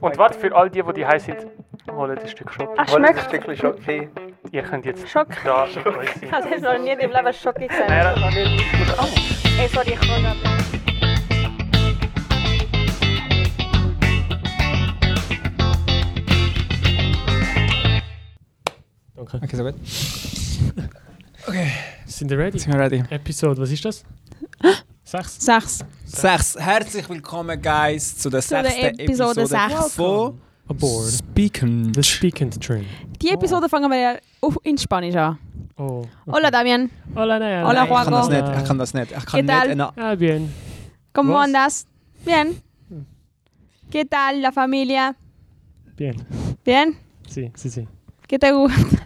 Und warte, für all die, die die heiß sind, Oh, holt ein Stück Schokolade. Ach, Hol jetzt ein schmeckt. Stückchen Schoki. Ihr könnt jetzt Schock. da rein. Also, ich habe noch nie im Leben Schoki Nein, gesehen. das war nicht. Ey, sorry, ich kann nicht. Danke. Okay, so gut. Okay, Sind ihr ready? jetzt sind wir ready. Episode, was ist das? Sechs? Sechs. Sechs. Herzlich willkommen, Guys, zu der der sechsten Episode Episode sechs. von Aboard. Speaken. The Speaking Train. Die Episode fangen wir ja auf, in Spanisch an. Oh. Hola Damian, Hola, Naya. Hola, Ich kann das Juan. nicht, ich kann das nicht. Ich ¿Qué kann nicht tal? eine... Ah, bien. ¿cómo Was? andas? Bien. ¿Qué tal la familia? Bien. Bien. Si, si, si. ¿Qué te gusta?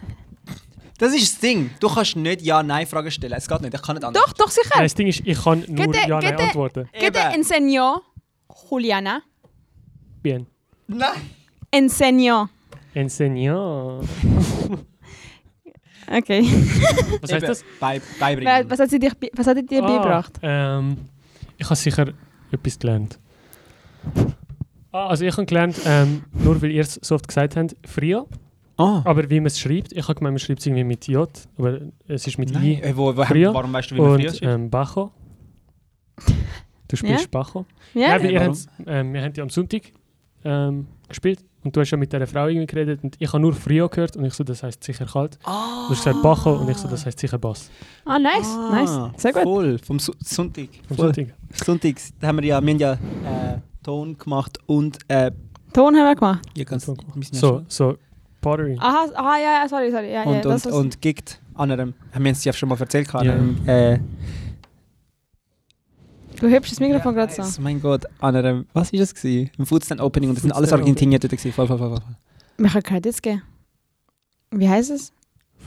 Das ist das Ding. Du kannst nicht Ja-Nein-Fragen stellen. Es geht nicht. Ich kann nicht anders. Doch, doch, Nein, sicher. das Ding ist, ich kann nur Geht der- Ja, geht Nein der- antworten. ¿Qué te Eben. enseñó Juliana? Bien. Nein. Enseñó. Enseñó. Okay. Was heißt Eben. das? Ah, Bei, Weil, beibringen. Was hat sie, dich, bi- was hat sie Ah. dir beigebracht? Ähm, ich habe sicher etwas gelernt. Ah, also ich habe gelernt, ähm, nur weil ihr es so oft gesagt habt, Frio. Oh. Aber wie man es schreibt, ich habe gemeint, man schreibt es irgendwie mit J, aber es ist mit Nein. I Äh, Wo, wo, Früher. warum weißt du, wie man früher äh, und schreibt? ähm, Bajo. Du spielst Bajo. Ja? Nein, weil Ja, ihr warum? habt's- ähm, wir haben ja am Sonntag ähm, gespielt und du hast ja mit dieser Frau irgendwie geredet und ich habe nur Frio gehört und ich so, das heisst sicher kalt. Du hast gesagt Bajo und ich so, das heisst sicher Bass. Ah, nice, Ah, nice. Sehr gut. Voll. Vom Su Sonntag. Am Voll. Sonntag. Sonntag. Da haben wir ja, wir haben ja äh, Ton gemacht und äh, Ton haben wir gemacht. ihr könnt Ton wir sind ja So, schon- so Pottery. Aha, aha ja, ja, sorry, sorry. Ja, ja, und, das und, was- und gigt an einem, haben wir es ja schon mal erzählt an Ja. einem, äh, du hebst das Mikrofon gerade so. yes, mein Gott, an einem, was war das gewesen? Im Foodstand Opening und das sind alles Foodstand Argentinier dort gewesen, voll, voll, voll, voll. voll. Wir können Credits geben. Wie heißt es?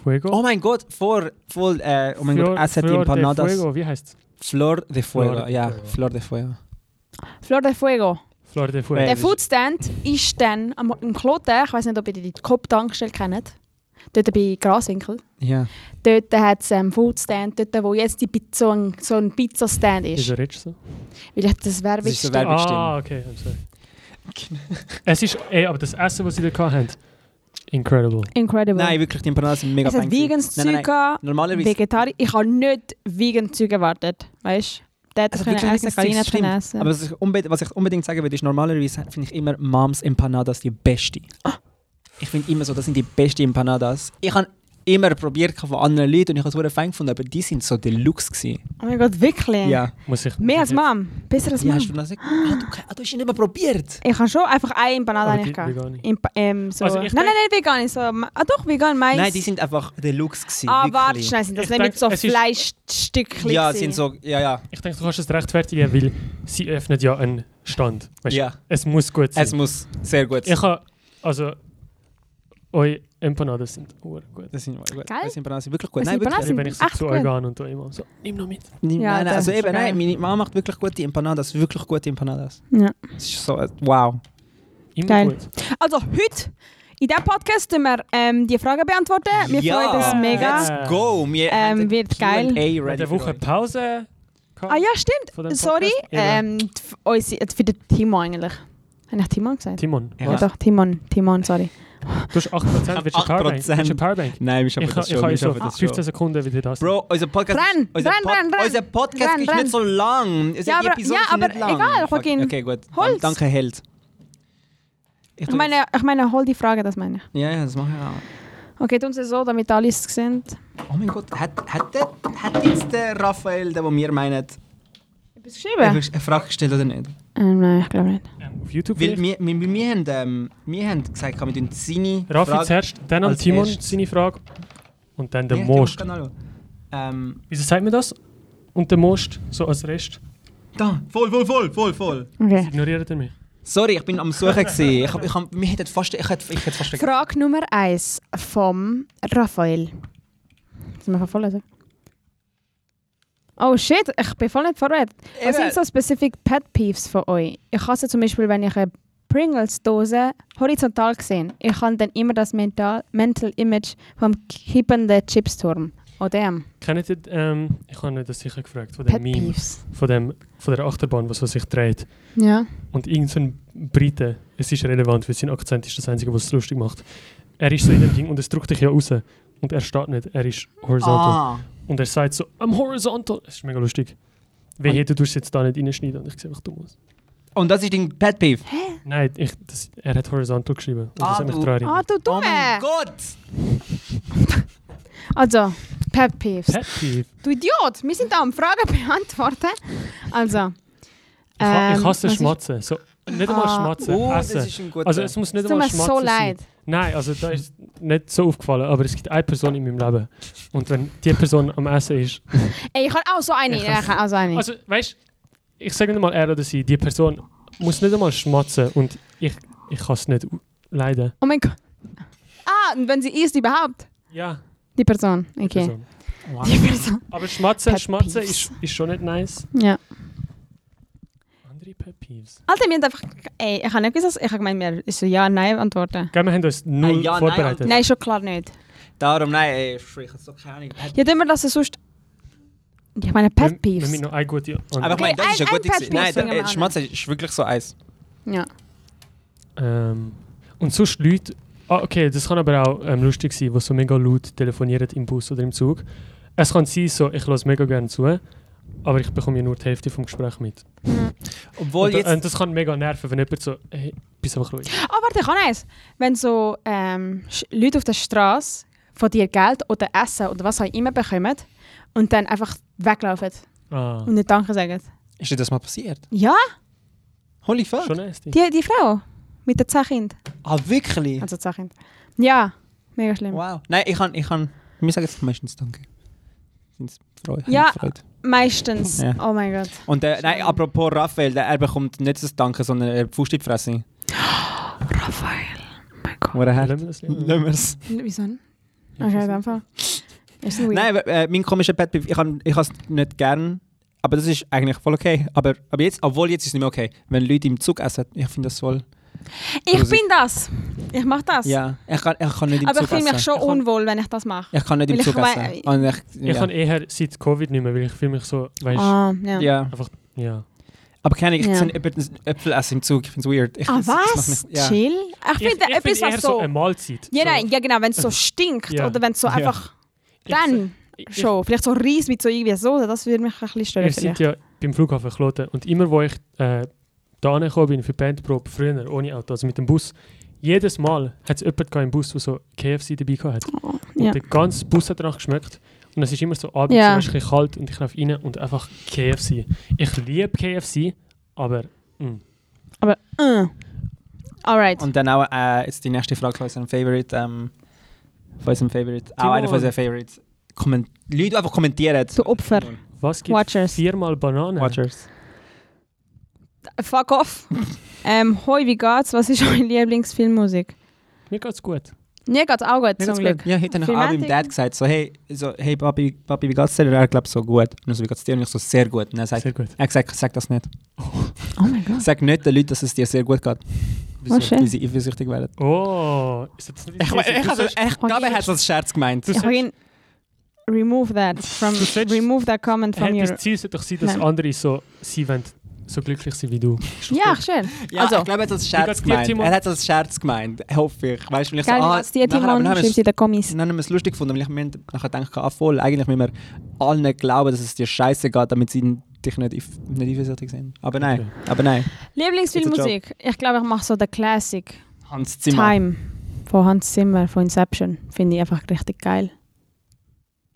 Fuego. Oh mein Gott, vor, voll, äh, oh mein Gott, Flor- Asset Flor de Empanadas, Fuego, wie heißt Flor de Flor Fuego, de ja, Fuego. Flor de Fuego. Flor de Fuego. Flor de Fuego. Äh, Der das Foodstand ist dann am im Kloten, ich weiß nicht, ob ihr die Coop-Tankstelle kennt, dort bei Graswinkel. Ja. Dort hat es einen Foodstand, dort wo jetzt die Pizza, so ein- so ein Pizzastand Ist ist. er jetzt so? Weil ich das Werbung Das ist so stimmt. Werbung. Ah, okay, I'm sorry. es ist, ey, aber das Essen, was sie da gehabt haben, incredible. Incredible. Nein, wirklich, die Empanadas sind mega es hat fein gewesen. vegans Nein, Zeug nein, nein. gehabt, Normalerweise, Vegetarier. Ich habe nicht vegan Zeug erwartet, weißt du? Der hat Es es hat können wirklich essen, vegans Karina Zeug, hat können stimmt. essen. aber was ich, unbedingt, was ich unbedingt sagen würde, ist normalerweise finde ich immer Moms Empanadas die beste. Ah. Ich finde immer so, das sind die besten Empanadas. Ich habe immer probiert von anderen Leuten und ich habe es super fein gefunden, aber die sind so Deluxe gewesen. oh mein Gott, wirklich? Ja. Muss ich, Mehr als muss Mom. Besser als Ja, Mom. hast du das nicht? Ah, du, ke- ah, du hast ihn nicht mal probiert. Ich habe schon einfach eine ich Empanada jetzt- aber die nicht gehabt. vegane. Impa- ähm, so. Also nein, ich nein, denk- nein, vegan. So, ma- ah doch, vegan Mais. Nein, die sind einfach Deluxe gewesen. Ah, warte, wirklich. nein, sind das Ich nicht denk, mit so es ist- Fleischstückchen? Ja, gewesen? sind so, ja, ja. Ich denke, du kannst es rechtfertigen, weil sie öffnet ja einen Stand. Weißt du? Ja. Es muss gut sein. Es muss sehr gut sein. ich habe, also, eure Empanadas sind ur gut. Das sind gut. Geil. Das sind Empanadas sind wirklich gut. Das Nein, Also, sind wirklich. wenn ich so Echt zu gut. euch gehe und da immer so, nimm noch mit. Nein, Ja, nein, das also ist eben, geil. nein, meine Mama macht wirklich gute Empanadas, wirklich gute Empanadas. Ja. Das ist so, äh, wow. Immer Geil. gut. Also heute, in diesem Podcast, tun wir ähm, die Fragen beantworten. Wir Ja. freuen uns mega. Ja. Let's go! Wir Ähm, haben wird Q&A geil. ready Wenn eine für Woche euch. Pause gehabt Ah ja, von stimmt. dem Sorry. Podcast. Eben. Ähm, die- unsere- äh, für den Timo eigentlich. Habe ich Timon gesagt? Timon, Ja. Ja, was? doch, Timon. Timon, sorry. du hast 8%, willst du eine Powerbank? 8%. Willst du eine Powerbank? Nein, wir schaffen Ich, ha- das ich schon. habe Wir so schaffen das 15 schon. Sekunden wieder das. Bro, unser Podcast, Brenn, ist, unser brenn, brenn, brenn. Unser Podcast Brenn, ist brenn. nicht so lang. Es Ja, sind die aber- Episoden ja, sind aber nicht lang. egal, Fuck, Joaquin. Okay, gut. Holz. Danke, Held. Ich meine, ich meine, hol die Frage, das meine ich. Ja, ja, das mache ich Okay, tun sie so, damit alle es sehen. auch. Oh mein Gott, hat, hat, der, hat jetzt der Raphael, der, wo wir meinen, Etwas eine geschrieben? Frage gestellt oder nicht? Ähm, nein, ich glaube nicht. Ähm, Auf YouTube Weil vielleicht. wir, wir, wir, wir, haben, ähm, wir haben gesagt, wir tun seine Raffi Frage- zuerst, dann an als Timon erstes. seine Frage und dann der Ja, Most. Genau. Ähm, Wieso sagt man das? Und der Most, so als Rest. da, voll, voll, voll, voll, voll. Okay. Ignoriert ihr mich? Sorry, ich bin am Suchen gewesen. Ich, hab, ich, hab, mir hätte fast, ich hätte, ich hätte fast vergessen. Frage Nummer 1 vom Raphael. Sind wir vorlesen? Oh shit, ich bin voll nicht vorbereitet. Was Eben. sind so specific Pet Peeves von euch? Ich hasse zum Beispiel, wenn ich eine Pringles-Dose horizontal sehe. Ich habe dann immer das mental, mental Image vom kippenden Chipsturm. Oh damn, Kennt ihr, ähm, ich habe nicht das sicher gefragt, von dem Pet Meme, Peeves. von, dem, von der Achterbahn, was so sich dreht. Ja. Und irgendein so ein Brite es ist relevant, weil sein Akzent ist das Einzige, was es lustig macht. Er ist so in dem Ding und es drückt dich ja raus. Und er steht nicht, er ist horizontal. Ah. Und er sagt so, I'm horizontal. Es ist mega lustig. Wie Und- hätte du es jetzt da nicht reinschneiden? Und ich sehe einfach dumm aus. Und das ist dein Pet Peeve. Nein, ich, das, er hat horizontal geschrieben. Und Ah, das hat mich du- daran Ah, erinnert. du Oh mein Dumme! Gott! also, Pep Peeves. Pet Peeve. Du Idiot, wir sind da am Fragen beantworten. Also. Ich, ha- ich hasse ähm, was ist- Schmatzen. So, nicht einmal Ah. Schmatzen, Oh, das Essen. ist ein guter. Also es muss nicht Es tut einmal mir Schmatzen so leid. sein. Nein, also da ist nicht so aufgefallen, aber es gibt eine Person in meinem Leben. Und wenn die Person am Essen ist... Ey, ich habe auch so eine. Ich Ja, ich habe auch so eine. Also, weißt du, ich sage nicht mal er oder sie, die Person muss nicht einmal schmatzen und ich, ich kann es nicht u- leiden. oh mein Gott. Ah, und wenn sie ist überhaupt? Ja, Die Person. Okay. Person. Die Person. Also, Aber schmatzen, Pet schmatzen Peeves. ist, ist schon nicht nice. Ja. Andere Pet Peeves. Alter, wir haben einfach. Ey, ich habe nicht gewusst, ich habe gemeint, wir ist so ja, nein antworten. Gell, wir haben uns null Ah, ja, nein, vorbereitet. Nein, schon klar nicht. Darum, nein, ey, ich habe so keine Ahnung. Pet- Ja, immer, dass es sonst. Ich meine, Wir- Pet Wir Peeves. müssen noch eine gute Antwort. Aber ich meine, das ein- ist ja ein gut. Pet Peeve Nein, singen wir der- auch äh, Schmatzen ist wirklich so eins. Ja. Ähm, und sonst Leute. Ah, okay, das kann aber auch ähm, lustig sein, die so mega laut telefonieren im Bus oder im Zug. Es kann sein, so, ich höre mega gerne zu, aber ich bekomme ja nur die Hälfte vom Gespräch mit. Obwohl Oh, und, da- jetzt. und das kann mega nerven, wenn jemand so, hey, bist einfach ruhig. Ah, warte, ich habe eins. Wenn so ähm, Sch- Leute auf der Straße von dir Geld oder Essen oder was auch immer bekommen und dann einfach weglaufen Ah, und nicht Danke sagen. Ist dir das mal passiert? Ja, Holy fuck. schon nasty. die, die Frau mit den 10 Kindern. Ah, wirklich? Also 10 Kindern. Ja, mega schlimm. Wow. Nein, ich kann. Ich kann mir sagen jetzt meistens Danke. Sind's Freude. Ja. haben Freude. Meistens. Ja. Oh mein Gott. Und der, nein, apropos Raphael, der, er bekommt nicht das Danke, sondern er Fuß in die Fresse. Raphael. Oh mein Gott. Wo er Lassen hat. wir das lieber. Mhm. Lassen wir's. Wieso? Okay, dann einfach. Ist weird. Nein, aber, äh, mein komischer Pet Peeve, ich habe es nicht gern, aber das ist eigentlich voll okay. Aber, aber jetzt, obwohl jetzt ist es nicht mehr okay. Wenn Leute im Zug essen, ich finde das voll... ich bin das. Ich mache das. Ja, ich kann, ich kann nicht im Also Aber ich Zug fühle essen. mich schon unwohl, wenn ich das mache. ich kann nicht im weil ich Zug wei- essen. Und ich, Ich ja. kann eher seit Covid nicht mehr, weil ich fühle mich so, weißt du, Ah, ja. ja. ja. Aber keine Ahnung, ich Ja. kann nicht Äpfel essen im Zug, ich finde es weird. Ich, Ah, das- das macht was? mich- Ja. Chill? Ich Ich, finde ich etwas, find eher was so so. eine Mahlzeit. Ja, so. nein, ja, genau, wenn es so stinkt Ja. oder wenn es so Ja. einfach. Ich- Dann ich- ich- schon. Vielleicht so Reis mit so irgendwie so, das würde mich ein bisschen stören. Wir sind vielleicht. ja beim Flughafen Kloten und immer, wo ich äh, da gekommen bin für die Bandprobe, früher ohne Auto, also mit dem Bus, jedes Mal hat es jemanden gehabt im Bus, der so KFC dabei gehabt hat. Oh, Und ja. der ganze Bus hat danach geschmeckt. Und es ist immer so abends, Ja. yeah. so ein bisschen kalt und ich laufe rein und einfach KFC. Ich liebe KFC, aber Aber. Äh. Alright. Und dann auch äh, jetzt die nächste Frage von unserem Favorite. Ähm, von unserem Favorite. Auch Timon. einer von unseren Favorites. Komment Leute, die einfach kommentieren. Zu Opfer. was gibt Watchers. viermal Bananen? Watchers. Fuck off. ähm, hoi, wie geht's? Was ist eure Lieblingsfilmmusik? Mir geht's gut. Mir geht's auch gut, Mir zum geht's Glück. gut. Ja, heute habe ich Vielen auch meinem Dank. Dad gesagt, so, hey, so, hey Papi, Papi, wie geht's dir? Und er glaubt so gut. Und so, wie geht's dir? Und ich so, sehr gut. Und er sagt, Sehr gut. er sagt, sag das nicht. Oh mein Gott. Sag nicht den Leuten, dass es dir sehr gut geht. Oh, schön. Wie sie eifersüchtig werden. Oh, ist das nicht Ich, ich, ich, du also, sollst- ich glaube, er hat es als Scherz gemeint. Du Ich sollst- bin. Remove that. From, Du sollst- remove that comment from Hey, your. das Ziel sollte doch sein, dass Nein. andere so, sie wollen so glücklich sind wie du. Ist doch Ja, gut. schön. Ja, also. ich glaube, er hat es als Wie Scherz geht's dir, gemeint. Timon? Er hat es als Scherz gemeint, hoffe ich. Weißt du, weil ich so, Geil, ah, was die nachher- aber Timon dann haben wir es- schreibt in den Kommis. Dann haben wir es lustig gefunden, weil ich mir nachher gedacht habe, ah, voll, eigentlich müssen wir allen glauben, dass es dir scheiße geht, damit sie dich nicht, eif- nicht eifersüchtig sind. Aber nein, aber nein. Lieblingsfilmmusik? Ich glaube, ich mache so den Classic. Hans Zimmer. Time von Hans Zimmer von Inception finde ich einfach richtig geil.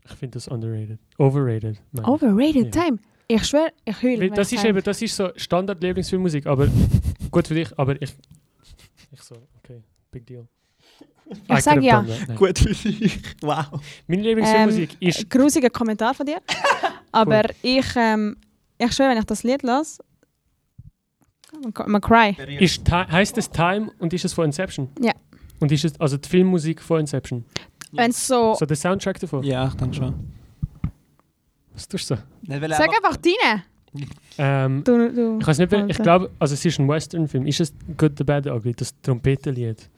Ich finde das underrated. Overrated. meine ich. Overrated Ja. Time. Ich schwöre, ich heule. Weil wenn das ich ist Time- eben, das ist so Standard-Lieblingsfilmmusik, aber gut für dich, aber ich, ich so, okay, big deal. I sag could've ja. done that. Nein. Gut für dich. Wow. Meine Lieblingsfilmmusik ähm, ist, Grusiger Kommentar von dir. Aber ich, ähm, ich schwöre, wenn ich das Lied lasse, man, man cry. äh, ist heißt es Time und ist es von Inception? Ja. Und ist es also die Filmmusik von Inception? Wenn es so. So der Soundtrack davon? Ja, ich denke schon. Was tust du so? Sag einfach deine. Ähm, Du, du. ich weiß nicht, wer- ich Alter. glaube, also es ist ein Western-Film. Ist es Good, the Bad, the Ugly, das Trompetenlied?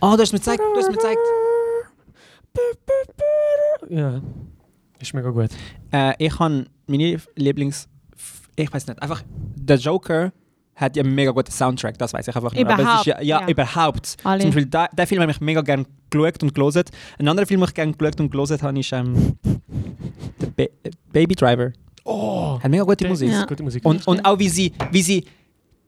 Ah, du hast mir gezeigt, du hast mir gezeigt. Ja. Ist mega gut. Eh, Äh, ich habe meine Lieblings... Ich weiß nicht, einfach der Joker hat ja einen mega guten Soundtrack, das weiß ich einfach nicht. Aber es ist Überhaupt, ja, ja, ja. überhaupt. Alle. Zum Beispiel, da, den Film habe ich mega gerne geschaut und gelesen. Ein anderer Film, den ich gerne geschaut und gelesen habe, ist ähm, der Ba- äh, Baby Driver. Oh! Hat mega gute das Musik. Ja. ist gute Musik. Und, ne? und auch wie sie, wie sie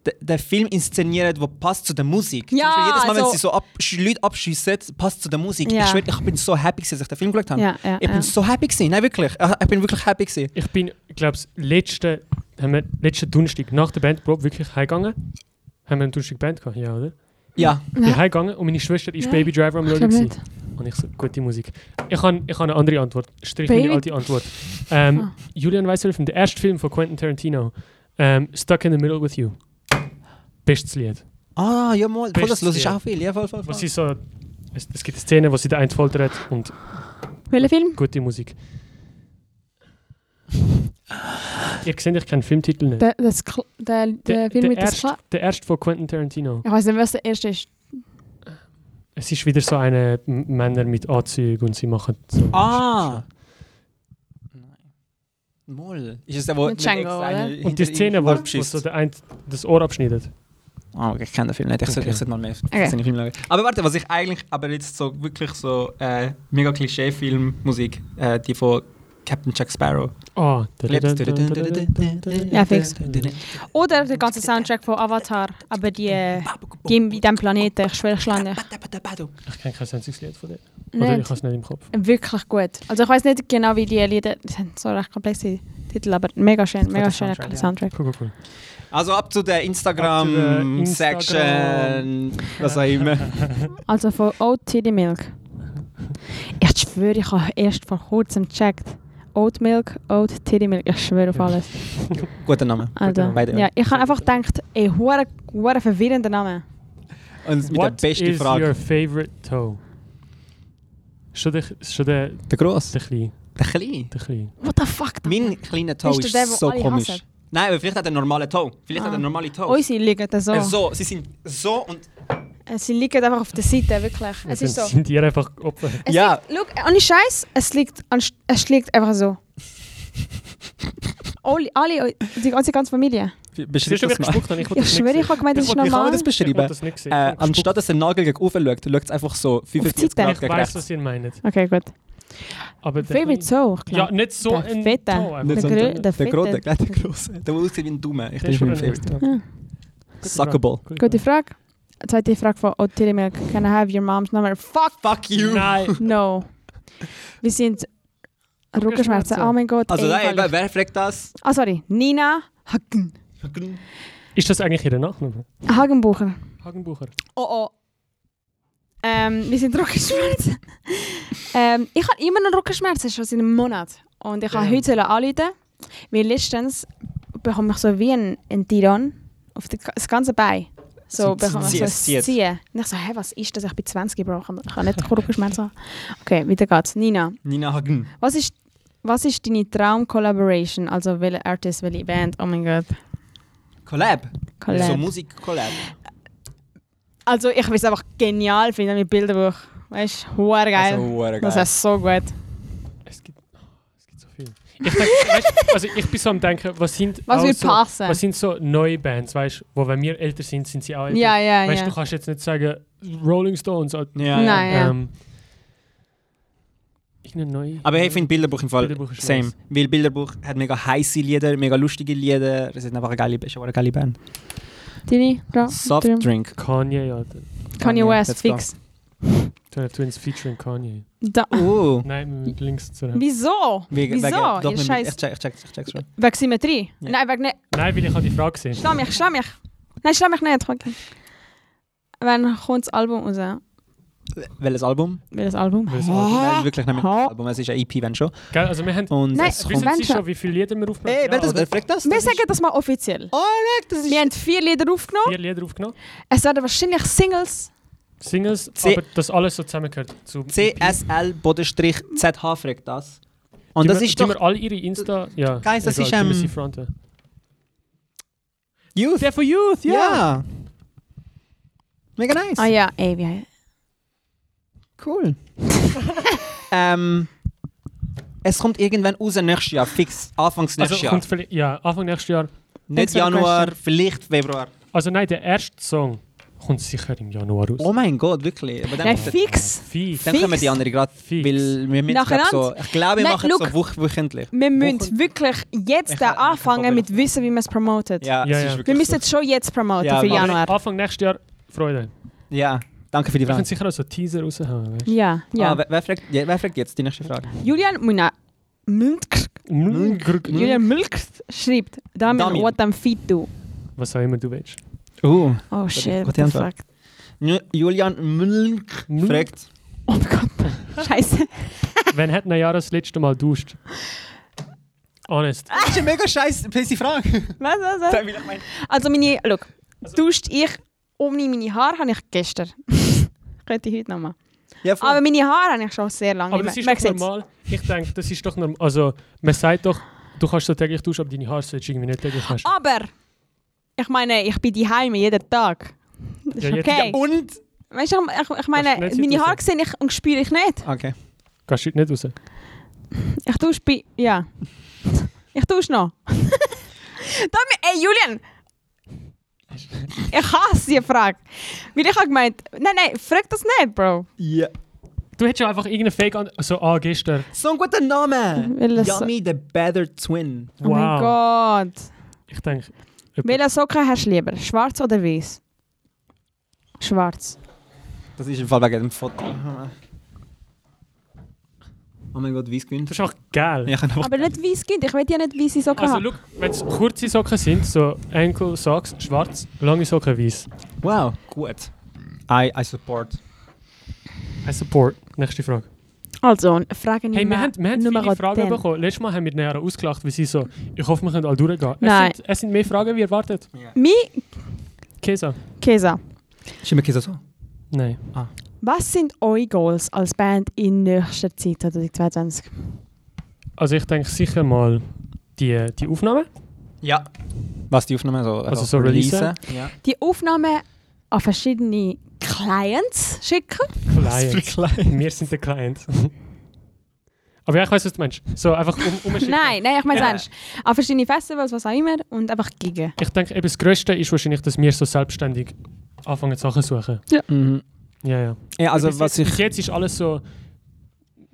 d- den Film inszenieren, der passt zu der Musik. Zum Ja, Beispiel jedes Mal, wenn so- sie so ab, sch- Leute abschiessen, passt zu der Musik. Ja. Ich schwöre, ich bin so happy, gewesen, als ich den Film geschaut habe. Ja, ja, Ich bin ja. so happy gewesen. Nein, wirklich. Ich ich bin wirklich happy gewesen. Ich bin, glaube ich, letzten, haben wir letzten Donnerstag nach der Bandprobe wirklich heimgegangen. Haben wir am Donnerstag Band gehabt? Ja, oder? Ja. Ich bin heimgegangen und meine Schwester ist Nein, Baby Driver am ich Schauen. glaube gewesen. nicht. Und ich so, gute Musik. Ich habe ich hab eine andere Antwort. Strich Baby- meine alte Antwort. Ähm, Ah. Julian Weißer Film, der erste Film von Quentin Tarantino. Ähm, Stuck in the Middle with You. Bestes Lied. Mhm. Ah, ja, mal. Voll, das Bestes höre ich Lied. auch viel. Ja, voll, voll, Wo voll. sie so, es, es gibt eine Szene, wo sie den einen foltert und Welcher Film? gute Musik. Ihr seht, ich kenne Filmtitel nicht. Der, das, Kl- der, der, Film mit das erste, Kla der erste von Quentin Tarantino. Ich weiß nicht, was der erste ist. Es ist wieder so eine M- Männer mit Anzügen und sie machen so. Ah! Moll. Ist es der, wo Mit Django, oder? Und die Szene, wo, wo so der ein das Ohr abschneidet. Ah, okay, ich kenne den Film nicht. Ich sollte Okay. ich sollte mal mehr okay. seine Filme schauen. Aber warte, was ich eigentlich, aber jetzt so wirklich so äh, mega Klischee-Film-Musik, äh, die von Captain Jack Sparrow. Oh, Ja, fix. Oder der ganze Soundtrack von Avatar, aber die äh, die in diesem Planeten, ich schwöre, ich schlage dich. Ich kenne kein einziges Lied von dir. Oder ich Nicht. habe es nicht im Kopf. Wirklich gut. Also ich weiß nicht genau, wie die Lieder, das sind so recht komplexe Titel, aber mega schön, mega Guter schöner Soundtrack, ja. Soundtrack. Cool, cool, cool. Also ab zu der Ab zu der Instagram-Section, was auch immer. Also von Oat Titty Milk. Ich schwöre, ich habe erst vor kurzem gecheckt. Oat Milk, Oat Titty Milk. Ich schwöre auf Ja. alles. Guter Name. Also, Beide. Ah, ja, ich habe einfach gedacht, ey, hure, hure verwirrender Name. Und mit What der besten is your Frage. favorite toe? Schon der, schon der, der Der Gross. Kleine. Der Kleine. Der Kleine. What the fuck? Mein kleiner Toe Ist ist, der der, wo so alle komisch. hassen? Nein, aber vielleicht hat er einen normalen Toe. Vielleicht Ah. hat er einen normalen Toe. Unsere liegen da so. Äh, so, sie sind so und... Äh, Sie liegen einfach auf der Seite, wirklich. Es ist so. Sind ihr einfach Opfer? Es Ja. Liegt, look, eh, ohne Scheiß, es liegt, an- es liegt einfach so. Alle, alle, die ganze ganze Familie. Beschreib Siehst du, wie das ich mal. gespuckt habe? Ich wollte Ich das nicht schwöre, ich sehen. habe gemeint, das Ich ist wollte- wie kann man normal. das Ich beschreiben? wollte das nicht sehen. Äh, anstatt dass der Nagel gegen oben schaut, schaut es einfach so 45 Seite. Grad Ich gegen weiß, rechts. was ihr meint. Okay, gut. Aber der Favorite Kleine- so, ich Ja, glaube. nicht so Der ein Fette. Toe. einfach. Nicht so ein Grö- Toe. der Der Grote, Fette. gleich der Grosse. Der aussieht wie ein Daumen. Ich Der ist denke, schon mein ein Favorit. Toe. Ja. Suckable. Gute Frage. Zweite Frage von Ottilie Milk. Can I have your mom's number? Fuck Fuck you! Nein. no. Wir sind Rückenschmerzen. Rückenschmerzen. Oh mein Gott. Also ey, nein, ehrlich. wer fragt das? Ah, sorry. Nina Hagen. Ist das eigentlich ihre Nachname? Hagenbucher. Hagenbucher. Oh oh. Ähm, wir sind Rückenschmerzen. ähm, ich habe immer noch Rückenschmerzen, schon seit einem Monat. Und ich habe Damn. heute anrufen, weil letztens bekomme ich so wie ein, ein Tiran auf die, das ganze Bein. So Zum bekomme ich Ziehen, so ein es zieht. Ziehen. Und ich so, hey, was ist das? Ich bin 20, Bro. Ich kann- Ich kann nicht Rückenschmerzen haben. Okay, weiter geht's. Nina, Nina Hagen. was ist, was ist deine Traum-Collaboration? Also, welche Artist, welche Band? Oh mein Gott. Collab. Collab. So Musik-Collab. Also ich will es einfach genial finden mit Bilderbuch. Weißt du, huere geil. Also, huere Das geil. ist so gut. Es gibt, oh, es gibt so viel. Ich, denk, weißt, also ich bin so am Denken, was sind, Was auch würde so, passen? Also, was sind so neue Bands, weißt du, wo wenn wir älter sind, sind sie auch älter. ja, ja, weißt ja. du, du kannst jetzt nicht sagen, Rolling Stones. Oder, Ja, Nein. ja. ähm, irgendeine neue. Aber hey, ich finde Bilderbuch im Fall Bilderbuch ist same. nice. Weil Bilderbuch hat mega heiße Lieder, mega lustige Lieder. Es ist einfach eine geile, ist aber eine geile Band. Dini, Ra- Drum. Softdrink. Kanye, ja. der- Kanye Kanye, West, let's go. fix. Turner Twins featuring Kanye. Da. Uh. Nein, mit links zu Nein, Wieso? Wegen- wegen- Wieso? doch, Ihr mit- Scheiß. Ich check, ich check, ich check's schon. Wegen Symmetrie? Ja. Nein, wegen nicht. weil ich habe die Frage gesehen. Schlag mich, schlag mich. Nein, schlag mich nicht. Okay. Wann kommt das Album raus? Welches Album? Will das Album? Welches Hä? Nein, wirklich nicht mehr Ah. Ha. Album. Es ist ein EP, wenn schon. Gell, also wir haben... Und Nein, es ich kommt... Wissen Sie Menschen- schon, wie viele Lieder wir aufgenommen Ey, wer, das, oder? wer fragt das? Wir Das ist- sagen das mal offiziell. Oh, Alright, das ist... Wir haben vier Lieder aufgenommen. Vier Lieder aufgenommen. Es werden wahrscheinlich Singles. Singles, C- aber das alles so zusammengehört. Zu CSL-ZH fragt das. Und Die das wir- ist die doch... wir alle ihre Insta... Ja, Guys, das egal, ist, die wir ähm, sie fronten. Youth. Der for Youth, ja. Also Ja. Mega nice. Ah ja, ey, wie Cool. ähm, es kommt irgendwann raus nächstes Jahr, fix. Anfangs Also nächstes Jahr. kommt vielleicht, ja, Anfang nächstes Jahr Nicht Thanks for the Januar, vielleicht Februar. Also nein, der erste Song kommt sicher im Januar raus. Oh mein Gott, wirklich. Aber dann, Nein, fix. Fies. dann kommen die fix. anderen gerade. Fix. Weil wir müssen, glaub, Nacheinander? so, ich glaube, wir Nein, machen look. so woch wöchentlich. Wir müssen Wochen- wirklich jetzt Ich da hab- ich hab anfangen Bock mit Wissen, wie man es promotet. Ja, Ja, es ja. ist Wir wirklich müssen es schon jetzt promoten Ja, für aber- Januar. Anfang nächstes Jahr, Freude. so. Ja, danke für die Wir können Frage. sicher auch so Teaser raushauen, weißt Ja, ja. Ah, wer, wer, fragt, ja, wer fragt jetzt die nächste Frage? Julian Muna. Milk, du? Julian Milk schreibt, Damien, Damien. what am feet do? Was auch immer du willst. Uh. Oh shit, what gute the fuck. Antwort. Julian Mülk Mülk. fragt. Oh mein Gott, scheiße. Wann hat ein Jahr das letzte Mal duscht? Honest. Das Ah, ist eine mega scheiß fiese Frage. Was, was, was? Also meine, look, Also- duscht ich ohne meine Haare habe ich gestern. Könnte ich heute nochmal. ja, Aber voll. meine Haare habe ich schon sehr lange Aber nicht das ist mehr. doch Man sieht's. normal. Ich denke, das ist doch normal. Also, man sagt doch, du kannst so täglich duschen, aber deine Haare solltest du irgendwie nicht täglich waschen. Aber, ich meine, ich bin die Heime jeden Tag. Das ist Ja, jetzt- okay. Und? Weißt du, ich, ich Kannst meine, du nicht meine Haare raus? sehe ich und spüre ich nicht. Okay. Kannst du heute nicht raus? Ich tausche bei. Ja. Ich tausche noch. Damit, ey, Julian! Ich hasse die Frage. Weil ich habe gemeint, nein, nein, frag das nicht, Bro. Ja. Du hättest ja einfach irgendeinen Fake an. So, ah, gestern. So ein guter Name. Welches- Yummy the Better Twin. Oh mein Gott. Ich denke, Welche Socken hast du lieber? Schwarz oder weiß? Schwarz. Das ist im Fall wegen dem Foto. Oh mein Gott, weiß gewinnt. das ist einfach geil. Ich kann einfach Aber nicht weiß Kind, ich will ja nicht weiße Socken Also, haben. look, wenn es kurze Socken sind, so Ankle Socks, schwarz, lange Socken, weiß. wow, gut. I, I support. I support. Nächste Frage. Also, Frage Hey, wir Nummer- haben, wir haben Nummer viele Fragen 10. bekommen. Letztes Mal haben wir näher ausgelacht, weil sie so, ich hoffe, wir können alle durchgehen. Nein. Es sind, es sind mehr Fragen wie erwartet. Mein Käse? Käse. Ist immer Kisa so? Nein. Was sind eure Goals als Band in nächster Zeit 2022? Also ich denke sicher mal die, die Aufnahme. Ja. Was die Aufnahme so? Also so releasen? Ja. Die Aufnahmen an verschiedene Clients schicken. Client. Wir sind der Client. Aber ja, ich weiß, was du meinst. So einfach um, umschicken. Nein, nein, ich meine Ja. ernst. An verschiedene Festivals, was auch immer und einfach gigen. Ich denke, eben das Größte ist wahrscheinlich, dass wir so selbstständig anfangen, Sachen zu suchen. Mhm. Ja, ja. ja, also bis, was jetzt, ich... bis jetzt ist alles so...